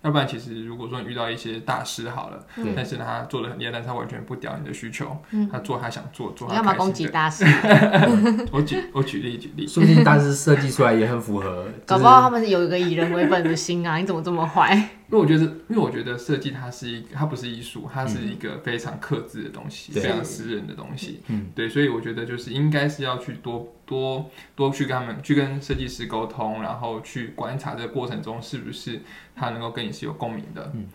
要不然其实如果说你遇到一些大师好了，对但是呢他做的很厉害，但是他完全不屌你的需求，嗯他做他想做，做你他干嘛开攻心击的。大 师？我举我举例举例，说不定大师设计出来也很 符合，就搞是不好他们有一个以人为本的心 啊！你怎么这么坏？因为我觉得，因为我觉得设计它是一个，它不是艺术，它是一个非常克制的东西，嗯对非常私人的东西。嗯，对，所以我觉得就是应该是要去多多多去跟他们去跟设计师沟通，然后去观察这个过程中是不是他能够跟你是有共鸣的。嗯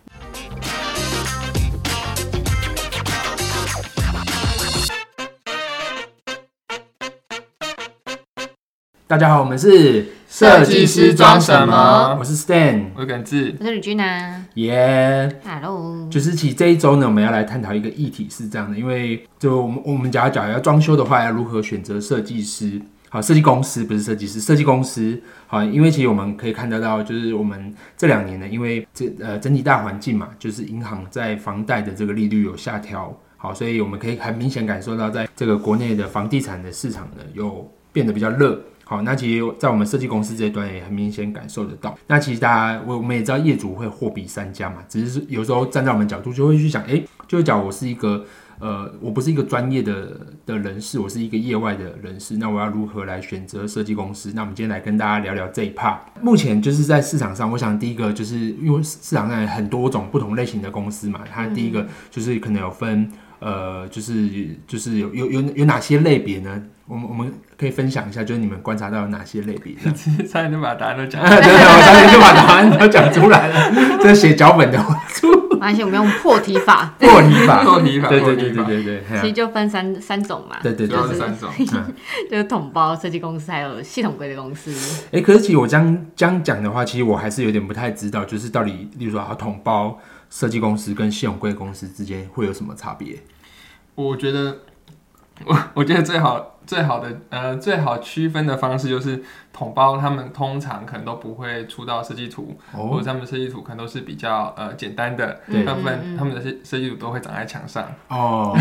大家好，我们是设计师装什么我是 Stan，我有耿志，我是李君啊耶、 ，Hello，就是其实这一周呢，我们要来探讨一个议题是这样的，因为就我们我们假如讲要装修的话，要如何选择设计师？好，设计公司不是设计师，设计公司好，因为其实我们可以看得到，就是我们这两年呢，因为这呃整体大环境嘛，就是银行在房贷的这个利率有下调，好，所以我们可以很明显感受到，在这个国内的房地产的市场呢，有变得比较热。好，那其实，在我们设计公司这一端也很明显感受得到。那其实大家，我我们也知道业主会货比三家嘛，只是有时候站在我们角度就会去想，诶，就是讲我是一个呃，我不是一个专业的的人士，我是一个业外的人士，那我要如何来选择设计公司？那我们今天来跟大家聊聊这一 part。目前就是在市场上，我想第一个就是因为市场上有很多种不同类型的公司嘛，它第一嗯个就是可能有分。呃，就是就是有有有有哪些类别呢？我们我们可以分享一下，就是你们观察到有哪些类 别？这样差点就把答案都讲啊对对，我差点就把答案都讲出来了，这是写脚本的没关系，我们用破题 法，破题法，破题法对破对题对法对对对，嘿啊其实就分三三种嘛，对对主对要对是三种。就是统包设计公司还有系统规的公司。哎、可是其实我这样这样讲的话，其实我还是有点不太知道，就是到底，例如说，好统包设计公司跟系统柜公司之间会有什么差别？我觉得， 我我觉得最好最好的呃最好区分的方式就是统包，他们通常可能都不会出到设计图，或哦者，他们的设计图可能都是比较呃简单的，对大部嗯嗯分嗯他们的设设计图都会长在墙上，哦，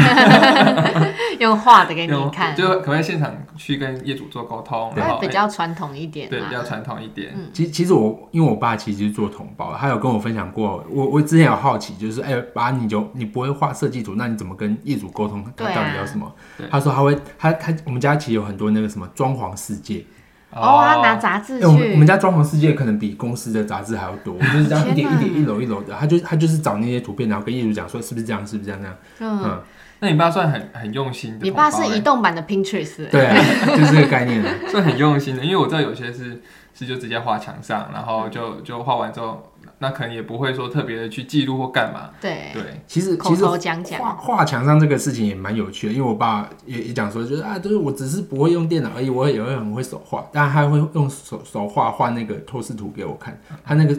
用画的给然后你看，就可能现场去跟业主做沟通，然那后哎比较传统一点对比较啊。传统一点，其实其实我因为我爸其实是做统包，他有跟我分享过，我我之前有好奇，就是哎、爸你就你不会画设计图，那你怎么跟业主沟通？他对啊到底要什么？对他说他会他他我们家其实有很多那个什么装潢世界，哦，他拿杂志哎、我们我们去，家装潢世界可能比公司的杂志还要多，就是这样一点一点一楼一楼的，他就他就是找那些图片，然后跟业主讲说是不是这样，是不是这样那样。嗯，嗯，那你爸算很很用心的你统爸包欸，是移动版的 Pinterest，对、啊，就是这个概念啊。 算很用心的，因为我知道有些是是就直接画墙上，然嗯后就就画完之后，那可能也不会说特别的去记录或干嘛，对，对。其实口其实头讲讲，画画墙上这个事情也蛮有趣的，因为我爸也也讲说，就是啊，就是我只是不会用电脑而已，我也会很会手画，但他会用手手画画那个透视图给我看，他那个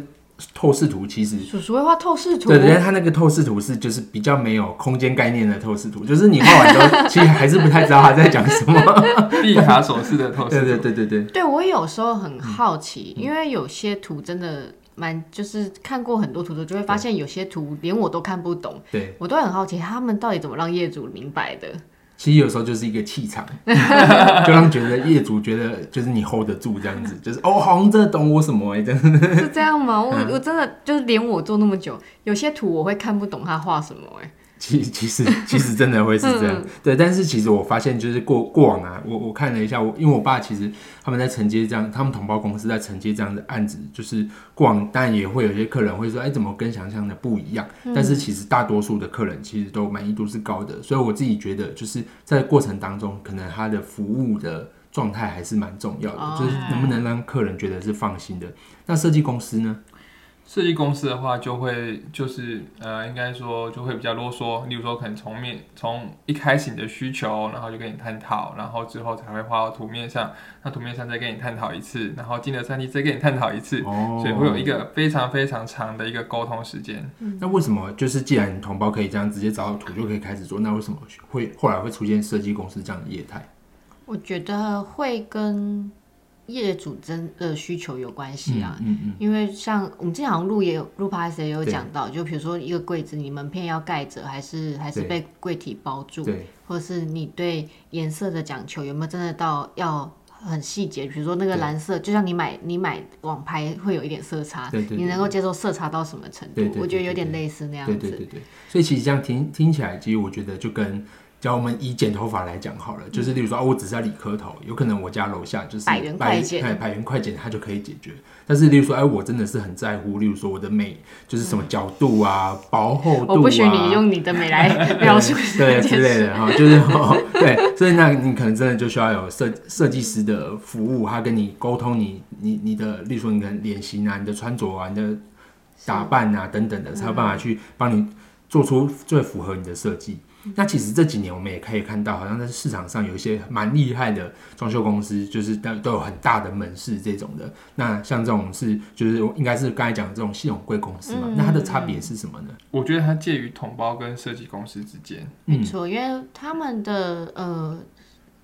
透视图其实。叔叔会画透视图，对，人家他那个透视图是就是比较没有空间概念的透视图，就是你画完 之后，其实还是不太知道他在讲什么。 毕卡索式的透视对图，对对对对，对我有时候很好奇，因为有些图真的蛮，就是看过很多图的，就会发现有些图连我都看不懂，对，我都很好奇他们到底怎么让业主明白的。 其实有时候就是一个气场，就让觉得业主觉得就是你 hold 得住这样子，就是哦，好像真的懂我什么哎、这样。是这样吗？我我真的就是连我做那么久，有些图我会看不懂他画什么、哎，其其实 其实真的会是这样，对。但是其实我发现就是过过往啊，我我看了一下，我因为我爸其实他们在承接这样，他们同胞公司在承接这样的案子，就是过往当然也会有些客人会说，哎，怎么跟想象的不一样？但是其实大多数的客人其实都满意度是高的，所以我自己觉得就是在过程当中，可能他的服务的状态还是蛮重要的，哦就是能不能让客人觉得是放心的。那设计公司呢？设计公司的话，就会就是呃，应该说就会比较啰嗦。例如说，可能从面从一开始你的需求，然后就跟你探讨，然后之后才会画到图面上，那图面上再跟你探讨一次，然后进了三 D 再跟你探讨一次，哦所以会有一个非常非常长的一个沟通时间。那为什么就是既然同胞可以这样直接找到图就可以开始做，那为什么会后来会出现设计公司这样的业态？我觉得会跟业主真的需求有关系啊。嗯嗯因为像我们之前好像录也有录 p a s 也有对讲到，就比如说一个柜子，你门片要盖着，还是还是对被柜体包嗯，住，对，或是你对颜色的讲求有没有真的到要很细节，比如说那个对蓝色，就像你买你买网拍会有一点色差，对对对你能够接受色差到什么程度对对？对我觉得有点对类似那样对子。对对对，所以其实这样听听起来，其实我觉得就跟，假如我们以剪头发来讲好了，就是例如说，哦，我只是要理科头，有可能我家楼下就是百元快剪哎，百元快剪它就可以解决。但是例如说，哎，我真的是很在乎，例如说我的美，就是什么角度啊、薄厚度啊，我不许你用你的美来 描述对 这之件类事。的哈，就是、哦、对，所以那你可能真的就需要有设设计师的服务，他跟你沟通你你你的，例如说你的脸型啊、你的穿着啊、你的打扮啊等等的，才有办法去帮你做出最符合你的设计。那其实这几年我们也可以看到，好像在市场上有一些蛮厉害的装修公司，就是都都有很大的门市这种的。那像这种是，就是应该是刚才讲的这种系统柜公司嘛，那它的差别是什么呢？我觉得它介于统包跟设计公司之间。嗯没错，因为他们的呃，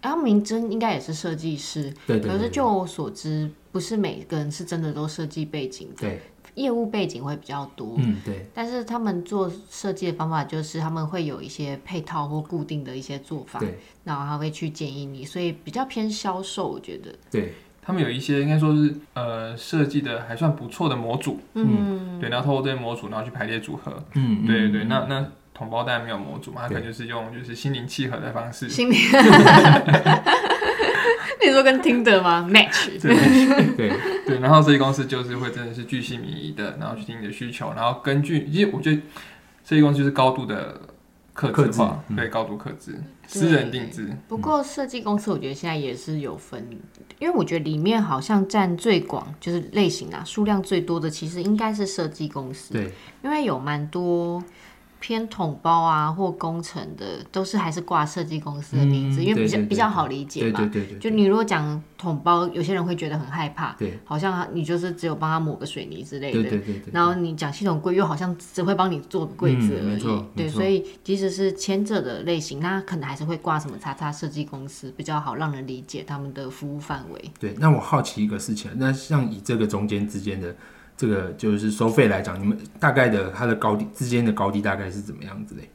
然后明真应该也是设计师，对对可是对就我所知，不是每个人是真的都设计背景，对，业务背景会比较多。嗯对。但是他们做设计的方法就是他们会有一些配套或固定的一些做法对，然后他会去建议你，所以比较偏销售，我觉得。对，他们有一些应该说是呃设计的还算不错的模组，嗯，对，然后透过这些模组，然后去排列组合。嗯，对对嗯对，嗯那那同胞当然没有模组嘛，它可对能就是用就是心灵契合的方式。心里， 你说跟听的吗？Match， 对对对，然后设计公司就是会真的是巨细靡遗的，然后去听你的需求，然后根据，其实我觉得设计公司就是高度的客客制制化，嗯对，高度客制，私人定制。不过设计公司我觉得现在也是有分，因为我觉得里面好像占最广，就是类型啊数量最多的，其实应该是设计公司，对因为有蛮多偏统包啊或工程的，都是还是挂设计公司的名字，嗯因为比对较对对比较好理解对嘛。对对对，就你如果讲统包，有些人会觉得很害怕，对好像你就是只有帮他抹个水泥之类的对。对对对，然后你讲系统柜，又好像只会帮你做柜子嗯而没已。错对，没错所以即使是签着的类型，那可能还是会挂什么叉叉设计公司比较好，让人理解他们的服务范围。对。那我好奇一个事情，啊那像以这个中间之间的这个就是收费来讲，你们大概的它的高低之间的高低大概是怎么样子嘞？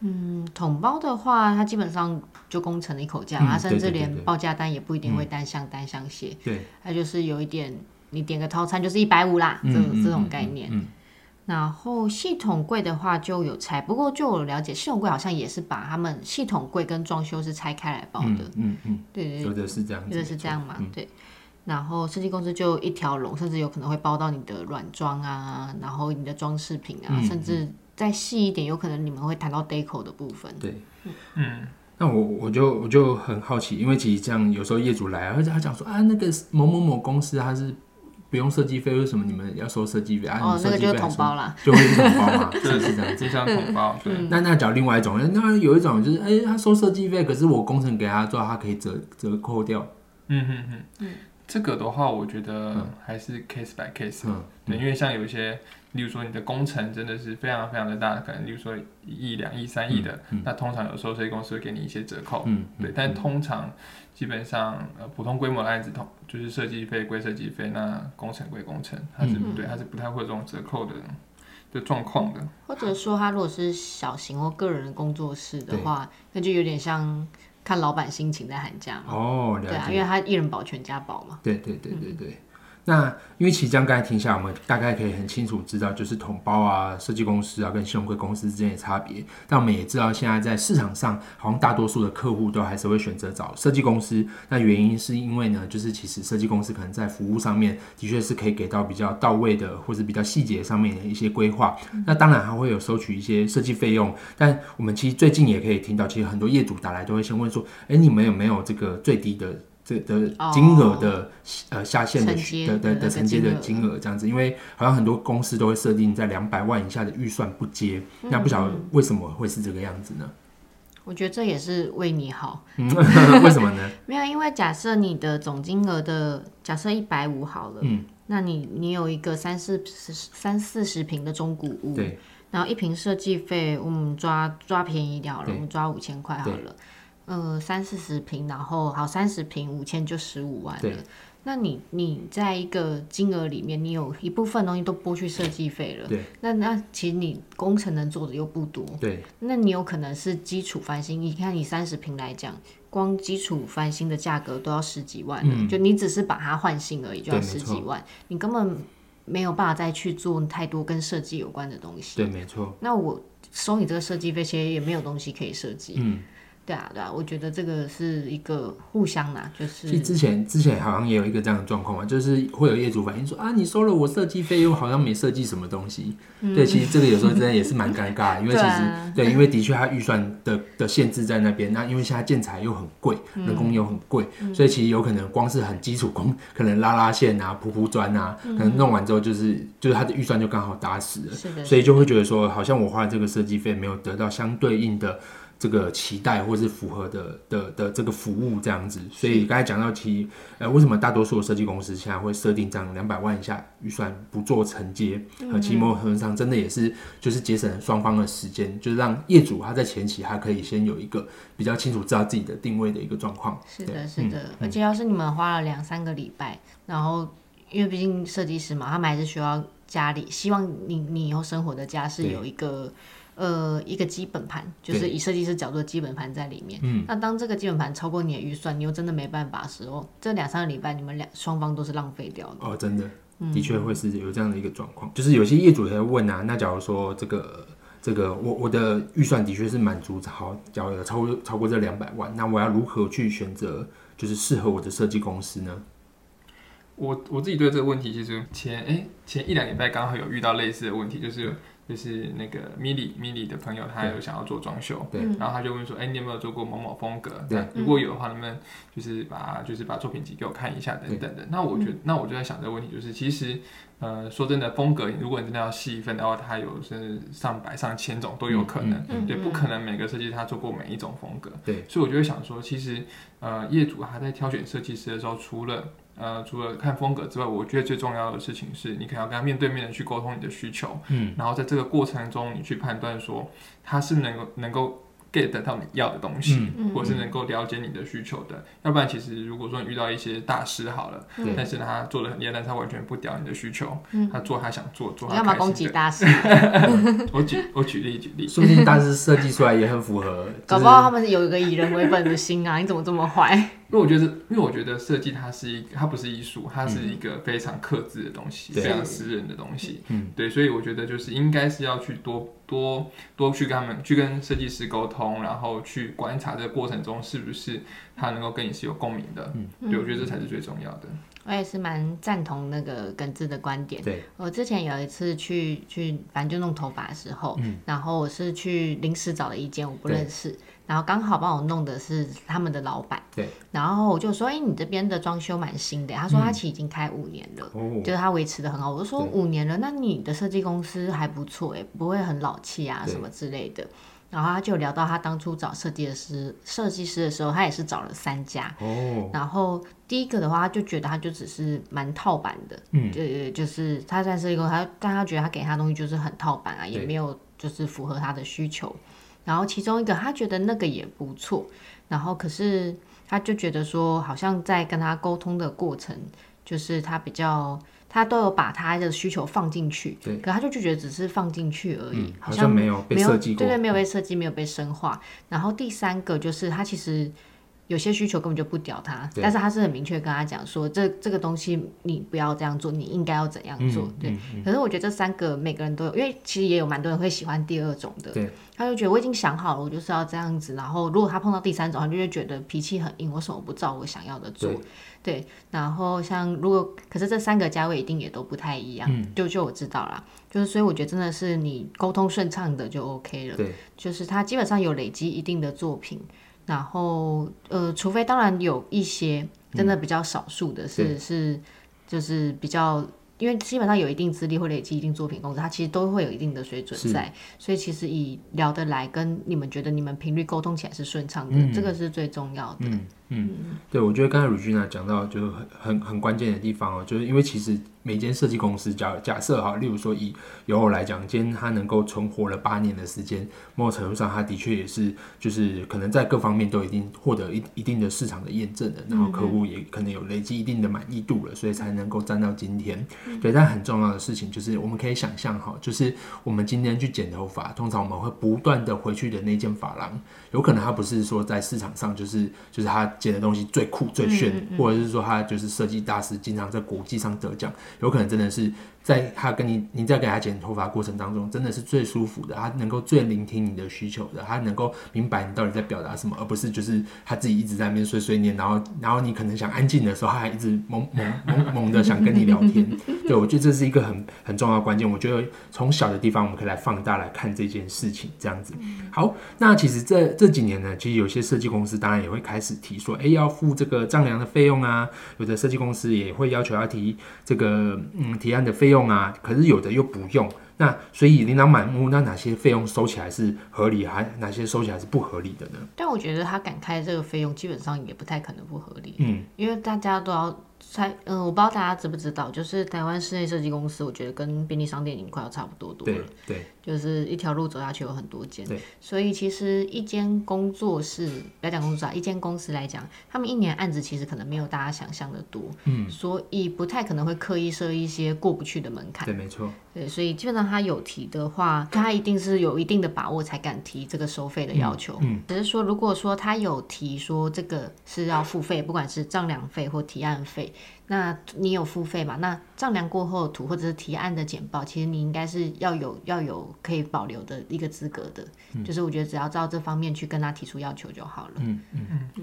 嗯，统包的话，它基本上就工程的一口价，嗯它甚至对对对连对嗯报价单也不一定会单项单项写，对，它就是有一点，你点个套餐就是一百五啦，这嗯种嗯这种概念。嗯，然后系统柜的话就有拆，不过就我了解，系统柜好像也是把他们系统柜跟装修是拆开来包的。嗯嗯嗯，对对对，有的是这样子，有的是这样嘛，嗯对。然后设计公司就一条龙，甚至有可能会包到你的软装啊，然后你的装饰品啊，嗯甚至再细一点，有可能你们会谈到 deco 的部分。对。嗯，那我我就我就很好奇，因为其实这样有时候业主来啊，而且他讲说啊，那个某某某公司他是不用设计费，为什么你们要收设计费啊？哦你，那个们设计就是费还同是包啦，就会是同包嘛，是 对不是这样？就像同胞，对，嗯那那找另外一种，那有一种就是，哎、他收设计费，可是我工程给他做，他可以折折扣掉。嗯哼哼，这个的话，我觉得还是 case by case，嗯，对，因为像有一些，例如说你的工程真的是非常非常的大，可能例如说一亿、两亿、三亿的，那通常有时候设计公司会给你一些折扣，嗯哦对，但通常基本上呃普通规模的案子，通就是设计费归设计费，那工程归工程，它嗯是、对它是不太会有这种折扣的的状况的，或者说他如果是小型或个人工作室的话，那就有点像看老板心情在喊价嘛。哦，了对啊，嗯解。因为他一人保全家保嘛。对对对对对。那因为其实这样刚才听下来，我们大概可以很清楚知道，就是统包啊、设计公司啊跟信用会公司之间的差别。但我们也知道，现在在市场上，好像大多数的客户都还是会选择找设计公司。那原因是因为呢，就是其实设计公司可能在服务上面的确是可以给到比较到位的，或是比较细节上面的一些规划。那当然还会有收取一些设计费用，但我们其实最近也可以听到，其实很多业主打来都会先问说：“哎，你们有没有这个最低的这的哦金额的、呃下线的承接的的那的个的承接的金金额这样子？因为好像很多公司都会设定在两百万以下的预算不接，那不晓得为什么会是这个样子呢？我觉得这也是为你好。嗯，为什么呢？没有，因为假设你的总金额的假设一百五好了，嗯，那你你有一个三四三四十平的中古屋，对，然后一平设计费，我们抓抓便宜一点好了，对我们抓五千块好了，呃，三四十平，然后好三十平五千就十五万对了。那你你在一个金额里面，你有一部分东西都拨去设计费了，对，那那其实你工程能做的又不多，对那你有可能是基础翻新。你看，以三十平来讲，光基础翻新的价格都要十几万了，就你只是把它换新而已，就要嗯对十没几万，你根本没有办法再去做太多跟设计有关的东西。对，没错，那我收你这个设计费，其实也没有东西可以设计。嗯，对啊，对啊，我觉得这个是一个互相啦，就其实是之前之前好像也有一个这样的状况嘛，就是会有业主反映说啊，你收了我设计费，又好像没设计什么东西。对，其实这个有时候真的也是蛮尴尬的，因为其对实啊对，因为的确它预算的的限制在那边，那因为现在建材又很贵，人工又很贵，嗯所以其实有可能光是很基础工，可能拉拉线啊、铺铺砖啊，嗯可能弄完之后就是就是它的预算就刚好打死了。是的，所以就会觉得说，好像我花这个设计费没有得到相对应的这个期待，或是符合的的的这个服务这样子。所以刚才讲到，其实呃，为什么大多数的设计公司现在会设定这样两百万以下预算不做承接？嗯呃，其实某种程度上真的也是就是节省了双方的时间，就是让业主他在前期他可以先有一个比较清楚知道自己的定位的一个状况。是对的，是的，而且要是你们花了两三个礼拜，然后因为毕竟设计师嘛，他们还是需要家里，希望你你以后生活的家是对有一个呃一个基本盘，就是对以设计师角度的基本盘在里面。嗯，那当这个基本盘超过你的预算，你又真的没办法的时候，这两三个礼拜你们两双方都是浪费掉的。哦，真的，的确会是有这样的一个状况，就是有些业主也会问啊，那假如说这个这个我我的预算的确是满足好，假如有超过超过这两百万，那我要如何去选择就是适合我的设计公司呢？我我自己对这个问题，其实前诶前一两礼拜刚好有遇到类似的问题，就是就是那个米莉米莉的朋友，他有想要做装修，对嗯然后他就问说，诶，哎你有没有做过某某风格？对那如果有的话，能不能就是把就是把作品集给我看一下等等嗯的？那我觉得那我就在想这个问题，就是其实呃说真的，风格如果你真的要细分的话，它有是上百上千种都有可能，嗯嗯对，嗯不可能每个设计师他做过每一种风格，对，所以我就会想说，其实呃业主他在挑选设计师的时候，除了呃，除了看风格之外，我觉得最重要的事情是，你可能要跟他面对面的去沟通你的需求，嗯，然后在这个过程中，你去判断说他是不是能够能够 get 得到你要的东西，嗯或者是能够了解你的需求的。要不然，其实如果说你遇到一些大师好了，对但是他做的很厉害，但是他完全不屌你的需求，嗯他做他想做，做你他干嘛开攻击心的。大师？我举我举例举例， 说不定大师设计出来也很符 合，搞就是不哦好他们有一个以人为本的心啊！你怎 么这么坏？因为我觉得，因为我觉得设计它是一个，它不是艺术，它是一个非常克制的东西，嗯对非常私人的东西。嗯，对，所以我觉得就是应该是要去多多多去跟他们去跟设计师沟通，然后去观察这个过程中是不是他能够跟你是有共鸣的。嗯，对，我觉得这才是最重要的。我也是蛮赞同那个耿志的观点。对，我之前有一次去去，反正就弄头发的时候，然后我是去临时找了一间我不认识，然后刚好帮我弄的是他们的老板，对，然后我就说，哎、你这边的装修蛮新的，他说他其实已经开五年了。哦，就是他维持的很好，我就说对五年了，那你的设计公司还不错哎、不会很老气啊对什么之类的。然后他就聊到他当初找设计师设计师的时候，他也是找了三家，哦，然后第一个的话，他就觉得他就只是蛮套版的，嗯对对，就是他算是一个他，但他觉得他给他的东西就是很套版啊，也对没有就是符合他的需求。然后其中一个他觉得那个也不错，然后可是他就觉得说，好像在跟他沟通的过程，就是他比较他都有把他的需求放进去，对可他就就觉得只是放进去而已，嗯，好像没有被设计过嗯对，对，没有被设计，没有被深化。然后第三个就是他其实有些需求根本就不屌他，对但是他是很明确跟他讲说，这这个东西你不要这样做，你应该要怎样做。嗯对，可是我觉得这三个每个人都有，因为其实也有蛮多人会喜欢第二种的，对，他就觉得我已经想好了，我就是要这样子。然后如果他碰到第三种，他就会觉得脾气很硬，为什么不照我想要的做？对，然后像如果可是这三个价位一定也都不太一样，嗯就就我知道啦，就是所以我觉得真的是你沟通顺畅的就 OK 了，对，就是他基本上有累积一定的作品，然后呃，除非当然有一些真嗯的比较少数的是、是就是比较。因为基本上有一定资历或累积一定作品工作，他其实都会有一定的水准是在，所以其实以聊得来跟你们觉得你们频率沟通起来是顺畅的，这个是最重要的。嗯，对，我觉得刚才 Regina 讲到就是很很很关键的地方哦，就是因为其实每间设计公司假假设哈，例如说以友友来讲，今天它能够存活了八年的时间，某种程度上它的确也是就是可能在各方面都已经获得一一定的市场的验证了，然后客户也可能有累积一定的满意度了，所以才能够站到今天。对，但很重要的事情就是我们可以想象哈，就是我们今天去剪头发，通常我们会不断的回去的那间发廊，有可能它不是说在市场上就是就是它剪的东西最酷最炫，或者是说它就是设计大师经常在国际上得奖，有可能真的是在他跟你你在给他剪头发过程当中，真的是最舒服的，他能够最聆听你的需求的，他能够明白你到底在表达什么，而不是就是他自己一直在那边碎碎念，然后然后你可能想安静的时候，他还一直 猛猛猛猛的想跟你聊天。对，我觉得这是一个很很重要的关键。我觉得从小的地方，我们可以来放大来看这件事情，这样子。好，那其实这这几年呢，其实有些设计公司当然也会开始提说，哎，要付这个丈量的费用啊，有的设计公司也会要求要提这个嗯提案的费用啊，可是有的又不用。那所以琳琅满目，那哪些费用收起来是合理，还哪些收起来是不合理的呢？但我觉得他敢开这个费用，基本上也不太可能不合理，嗯，因为大家都要猜。嗯、我不知道大家知不知道，就是台湾室内设计公司，我觉得跟便利商店已经快要差不多多对了，对，就是一条路走下去有很多间对，所以其实一间工作室，不要讲工作室啊，一间公司来讲，他们一年案子其实可能没有大家想象的多，嗯，所以不太可能会刻意设一些过不去的门槛。对，没错，对，所以基本上他有提的话，他一定是有一定的把握才敢提这个收费的要求。嗯，只是说如果说他有提说这个是要付费，不管是丈量费或提案费，那你有付费嘛？那丈量过后的图或者是提案的简报，其实你应该是要有要有可以保留的一个资格的。嗯就是我觉得只要照这方面去跟他提出要求就好了。 嗯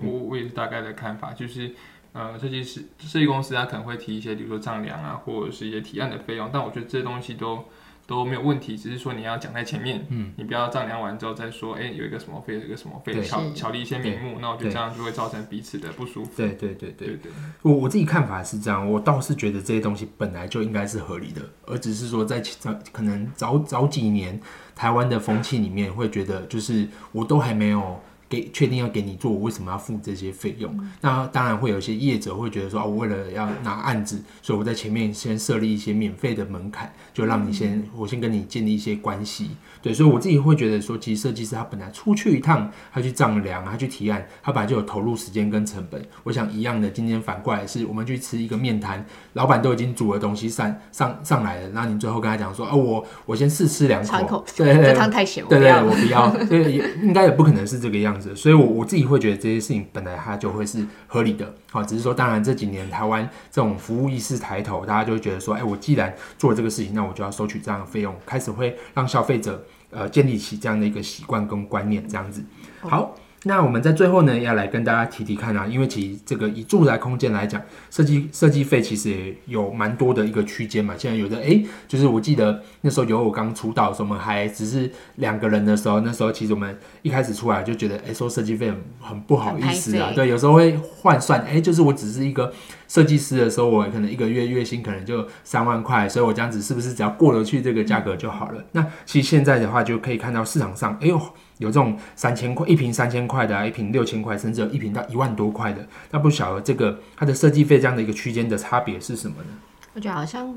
我我也是大概的看法，就是呃，设计师设计公司它可能会提一些，比如说丈量啊，或者是一些提案的费用，但我觉得这些东西都都没有问题，只是说你要讲在前面，嗯，你不要丈量完之后再说，哎、有一个什么费，有一个什么费，对巧是巧立一些名目，那我觉得对这样就会造成彼此的不舒服。对对对对。对对，我我自己看法是这样，我倒是觉得这些东西本来就应该是合理的，而只是说在其早可能早早几年台湾的风气里面会觉得，就是我都还没有给确定要给你做，我为什么要付这些费用？那当然会有一些业者会觉得说，哦，我为了要拿案子，所以我在前面先设立一些免费的门槛，就让你先我先跟你建立一些关系。对，所以我自己会觉得说，其实设计师他本来出去一趟，他去丈量，他去提案，他本来就有投入时间跟成本。我想一样的，今天反过来是我们去吃一个面摊，老板都已经煮了东西上上上来了，那你最后跟他讲说，哦，我我先试吃两尝一口口，对对这对汤太咸，我对不对，要了我不要， 对，也应该也不可能是这个样子，所以我我自己会觉得这些事情本来它就会是合理的，好，只是说当然这几年台湾这种服务意识抬头，大家就会觉得说，哎，我既然做了这个事情，那我就要收取这样的费用，开始会让消费者呃建立起这样的一个习惯跟观念，这样子。好，那我们在最后呢，要来跟大家提提看啊，因为其实这个以住宅空间来讲，设计设计费其实也有蛮多的一个区间嘛。现在有的诶，就是我记得那时候有我刚出道的时候，我们还只是两个人的时候，那时候其实我们一开始出来就觉得，诶，收设计费很很不好意思啊很，拍对，有时候会换算，诶，就是我只是一个设计师的时候，我可能一个月月薪可能就三万块，所以我这样子是不是只要过得去这个价格就好了？那其实现在的话，就可以看到市场上，哎呦，有这种三千块一瓶三千块的、啊，一瓶六千块，甚至有一瓶到一万多块的。那不晓得这个它的设计费这样的一个区间的差别是什么呢？我觉得好像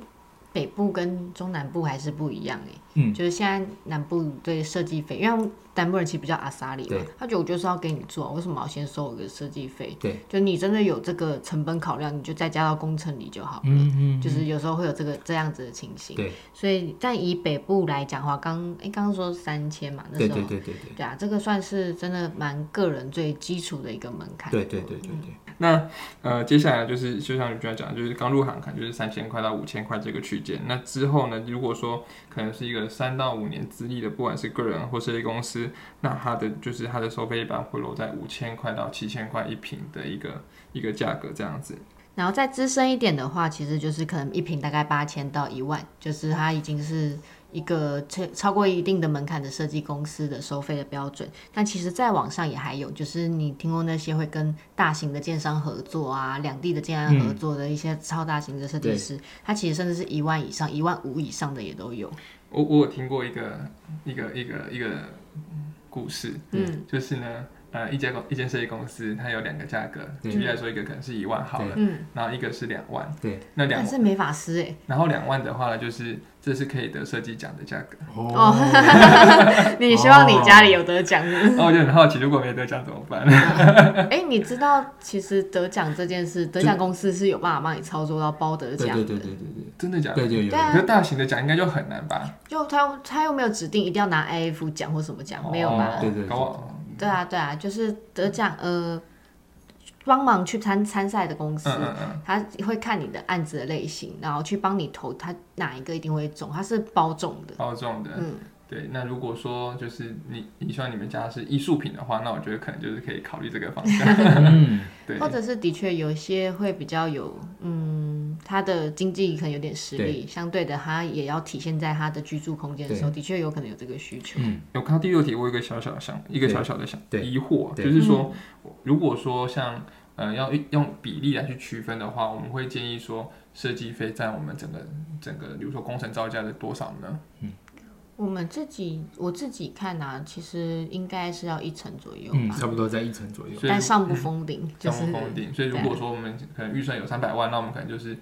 北部跟中南部还是不一样哎、嗯就是现在南部对设计费，因为他们南部人其实比较阿萨里嘛对，他觉得我就是要给你做，为什么要先收我个设计费？对，就你真的有这个成本考量，你就再加到工程里就好了。嗯就是有时候会有这个这样子的情形，对，所以但以北部来讲的话，刚哎刚刚说三千嘛，那时对候对对对对对啊，这个算是真的蛮个人最基础的一个门槛，对对对对对，那呃，接下来就是就像你刚才讲的，就是刚入行可能就是三千块到五千块这个区间。那之后呢，如果说可能是一个三到五年资历的，不管是个人或是公司，那它的就是它的收费一般会落在五千块到七千块一平的一个一个价格这样子。然后再资深一点的话，其实就是可能一瓶大概八千到一万，就是它已经是一个超超过一定的门槛的设计公司的收费的标准。但其实再往上也还有，就是你听过那些会跟大型的建商合作啊，两地的建安嗯合作的一些超大型的设计师，他其实甚至是一万以上、一万五以上的也都有。我我有听过一个一个一个一个故事，嗯，就是呢，呃一间公一间设计公司，它有两个价格，对举例来说，一个可能是一万好了，嗯，然后一个是两万，对，那两但是美法师哎、然后两万的话呢，就是这是可以得设计奖的价格。 哦， 你希望你家里有得奖是不是 那我就很好奇，如果没得奖怎么办？ 哎、你知道其实得奖这件事，得奖公司是有办法帮你操作到包得对奖对的。对对对对真的假的？对对有对啊可是大型的奖应该就很难吧？就他他又没有指定一定要拿 IF 奖或什么奖，没有哦吧？对对对搞不好对啊对啊，就是得奖呃，帮忙去参参赛的公司。嗯嗯嗯，他会看你的案子的类型，然后去帮你投，他哪一个一定会中，他是包中的。包中的。嗯，对，那如果说就是你，你希望你们家是艺术品的话，那我觉得可能就是可以考虑这个方向。嗯对，或者是的确有一些会比较有，嗯，他的经济可能有点实力，相对的他也要体现在他的居住空间的时候，的确有可能有这个需求。我看到第六题，我有一个小小的想，一个小小的想对疑惑，啊对就是说，嗯如果说像呃要用比例来去区分的话，我们会建议说，设计费占我们整个整个，比如说工程造价的多少呢？我们自己我自己看啊，其实应该是要一成左右嗯，吧，差不多在一成左右。所以但上不封 顶，就上是不封顶。所以如果说我们可能预算有三百万，那我们可能就是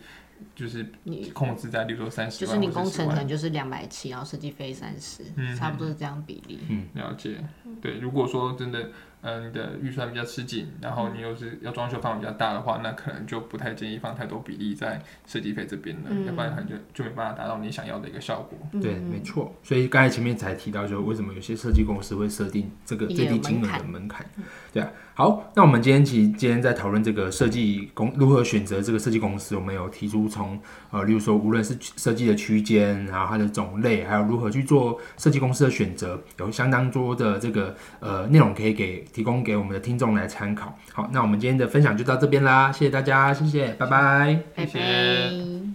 就是你控制在，例如说三十就万是或你者工40程可万。能就是两百七，然后设计费三十、嗯差不多是这样比例。了解，对。如果说真的，嗯，你的预算比较吃紧，然后你又是要装修范围比较大的话，那可能就不太建议放太多比例在设计费这边了，嗯要不然可能就就没办法达到你想要的一个效果。嗯对，没错。所以刚才前面才提到，说为什么有些设计公司会设定这个也有最低金额门的槛门槛？对啊。好，那我们今天其实今天在讨论这个设计公如何选择这个设计公司，我们有提出从呃，例如说无论是设计的区间，然后它的种类，还有如何去做设计公司的选择，有相当多的这个呃内容可以给提供给我们的听众来参考。好，那我们今天的分享就到这边啦，谢谢大家，谢谢，拜拜。谢拜谢拜。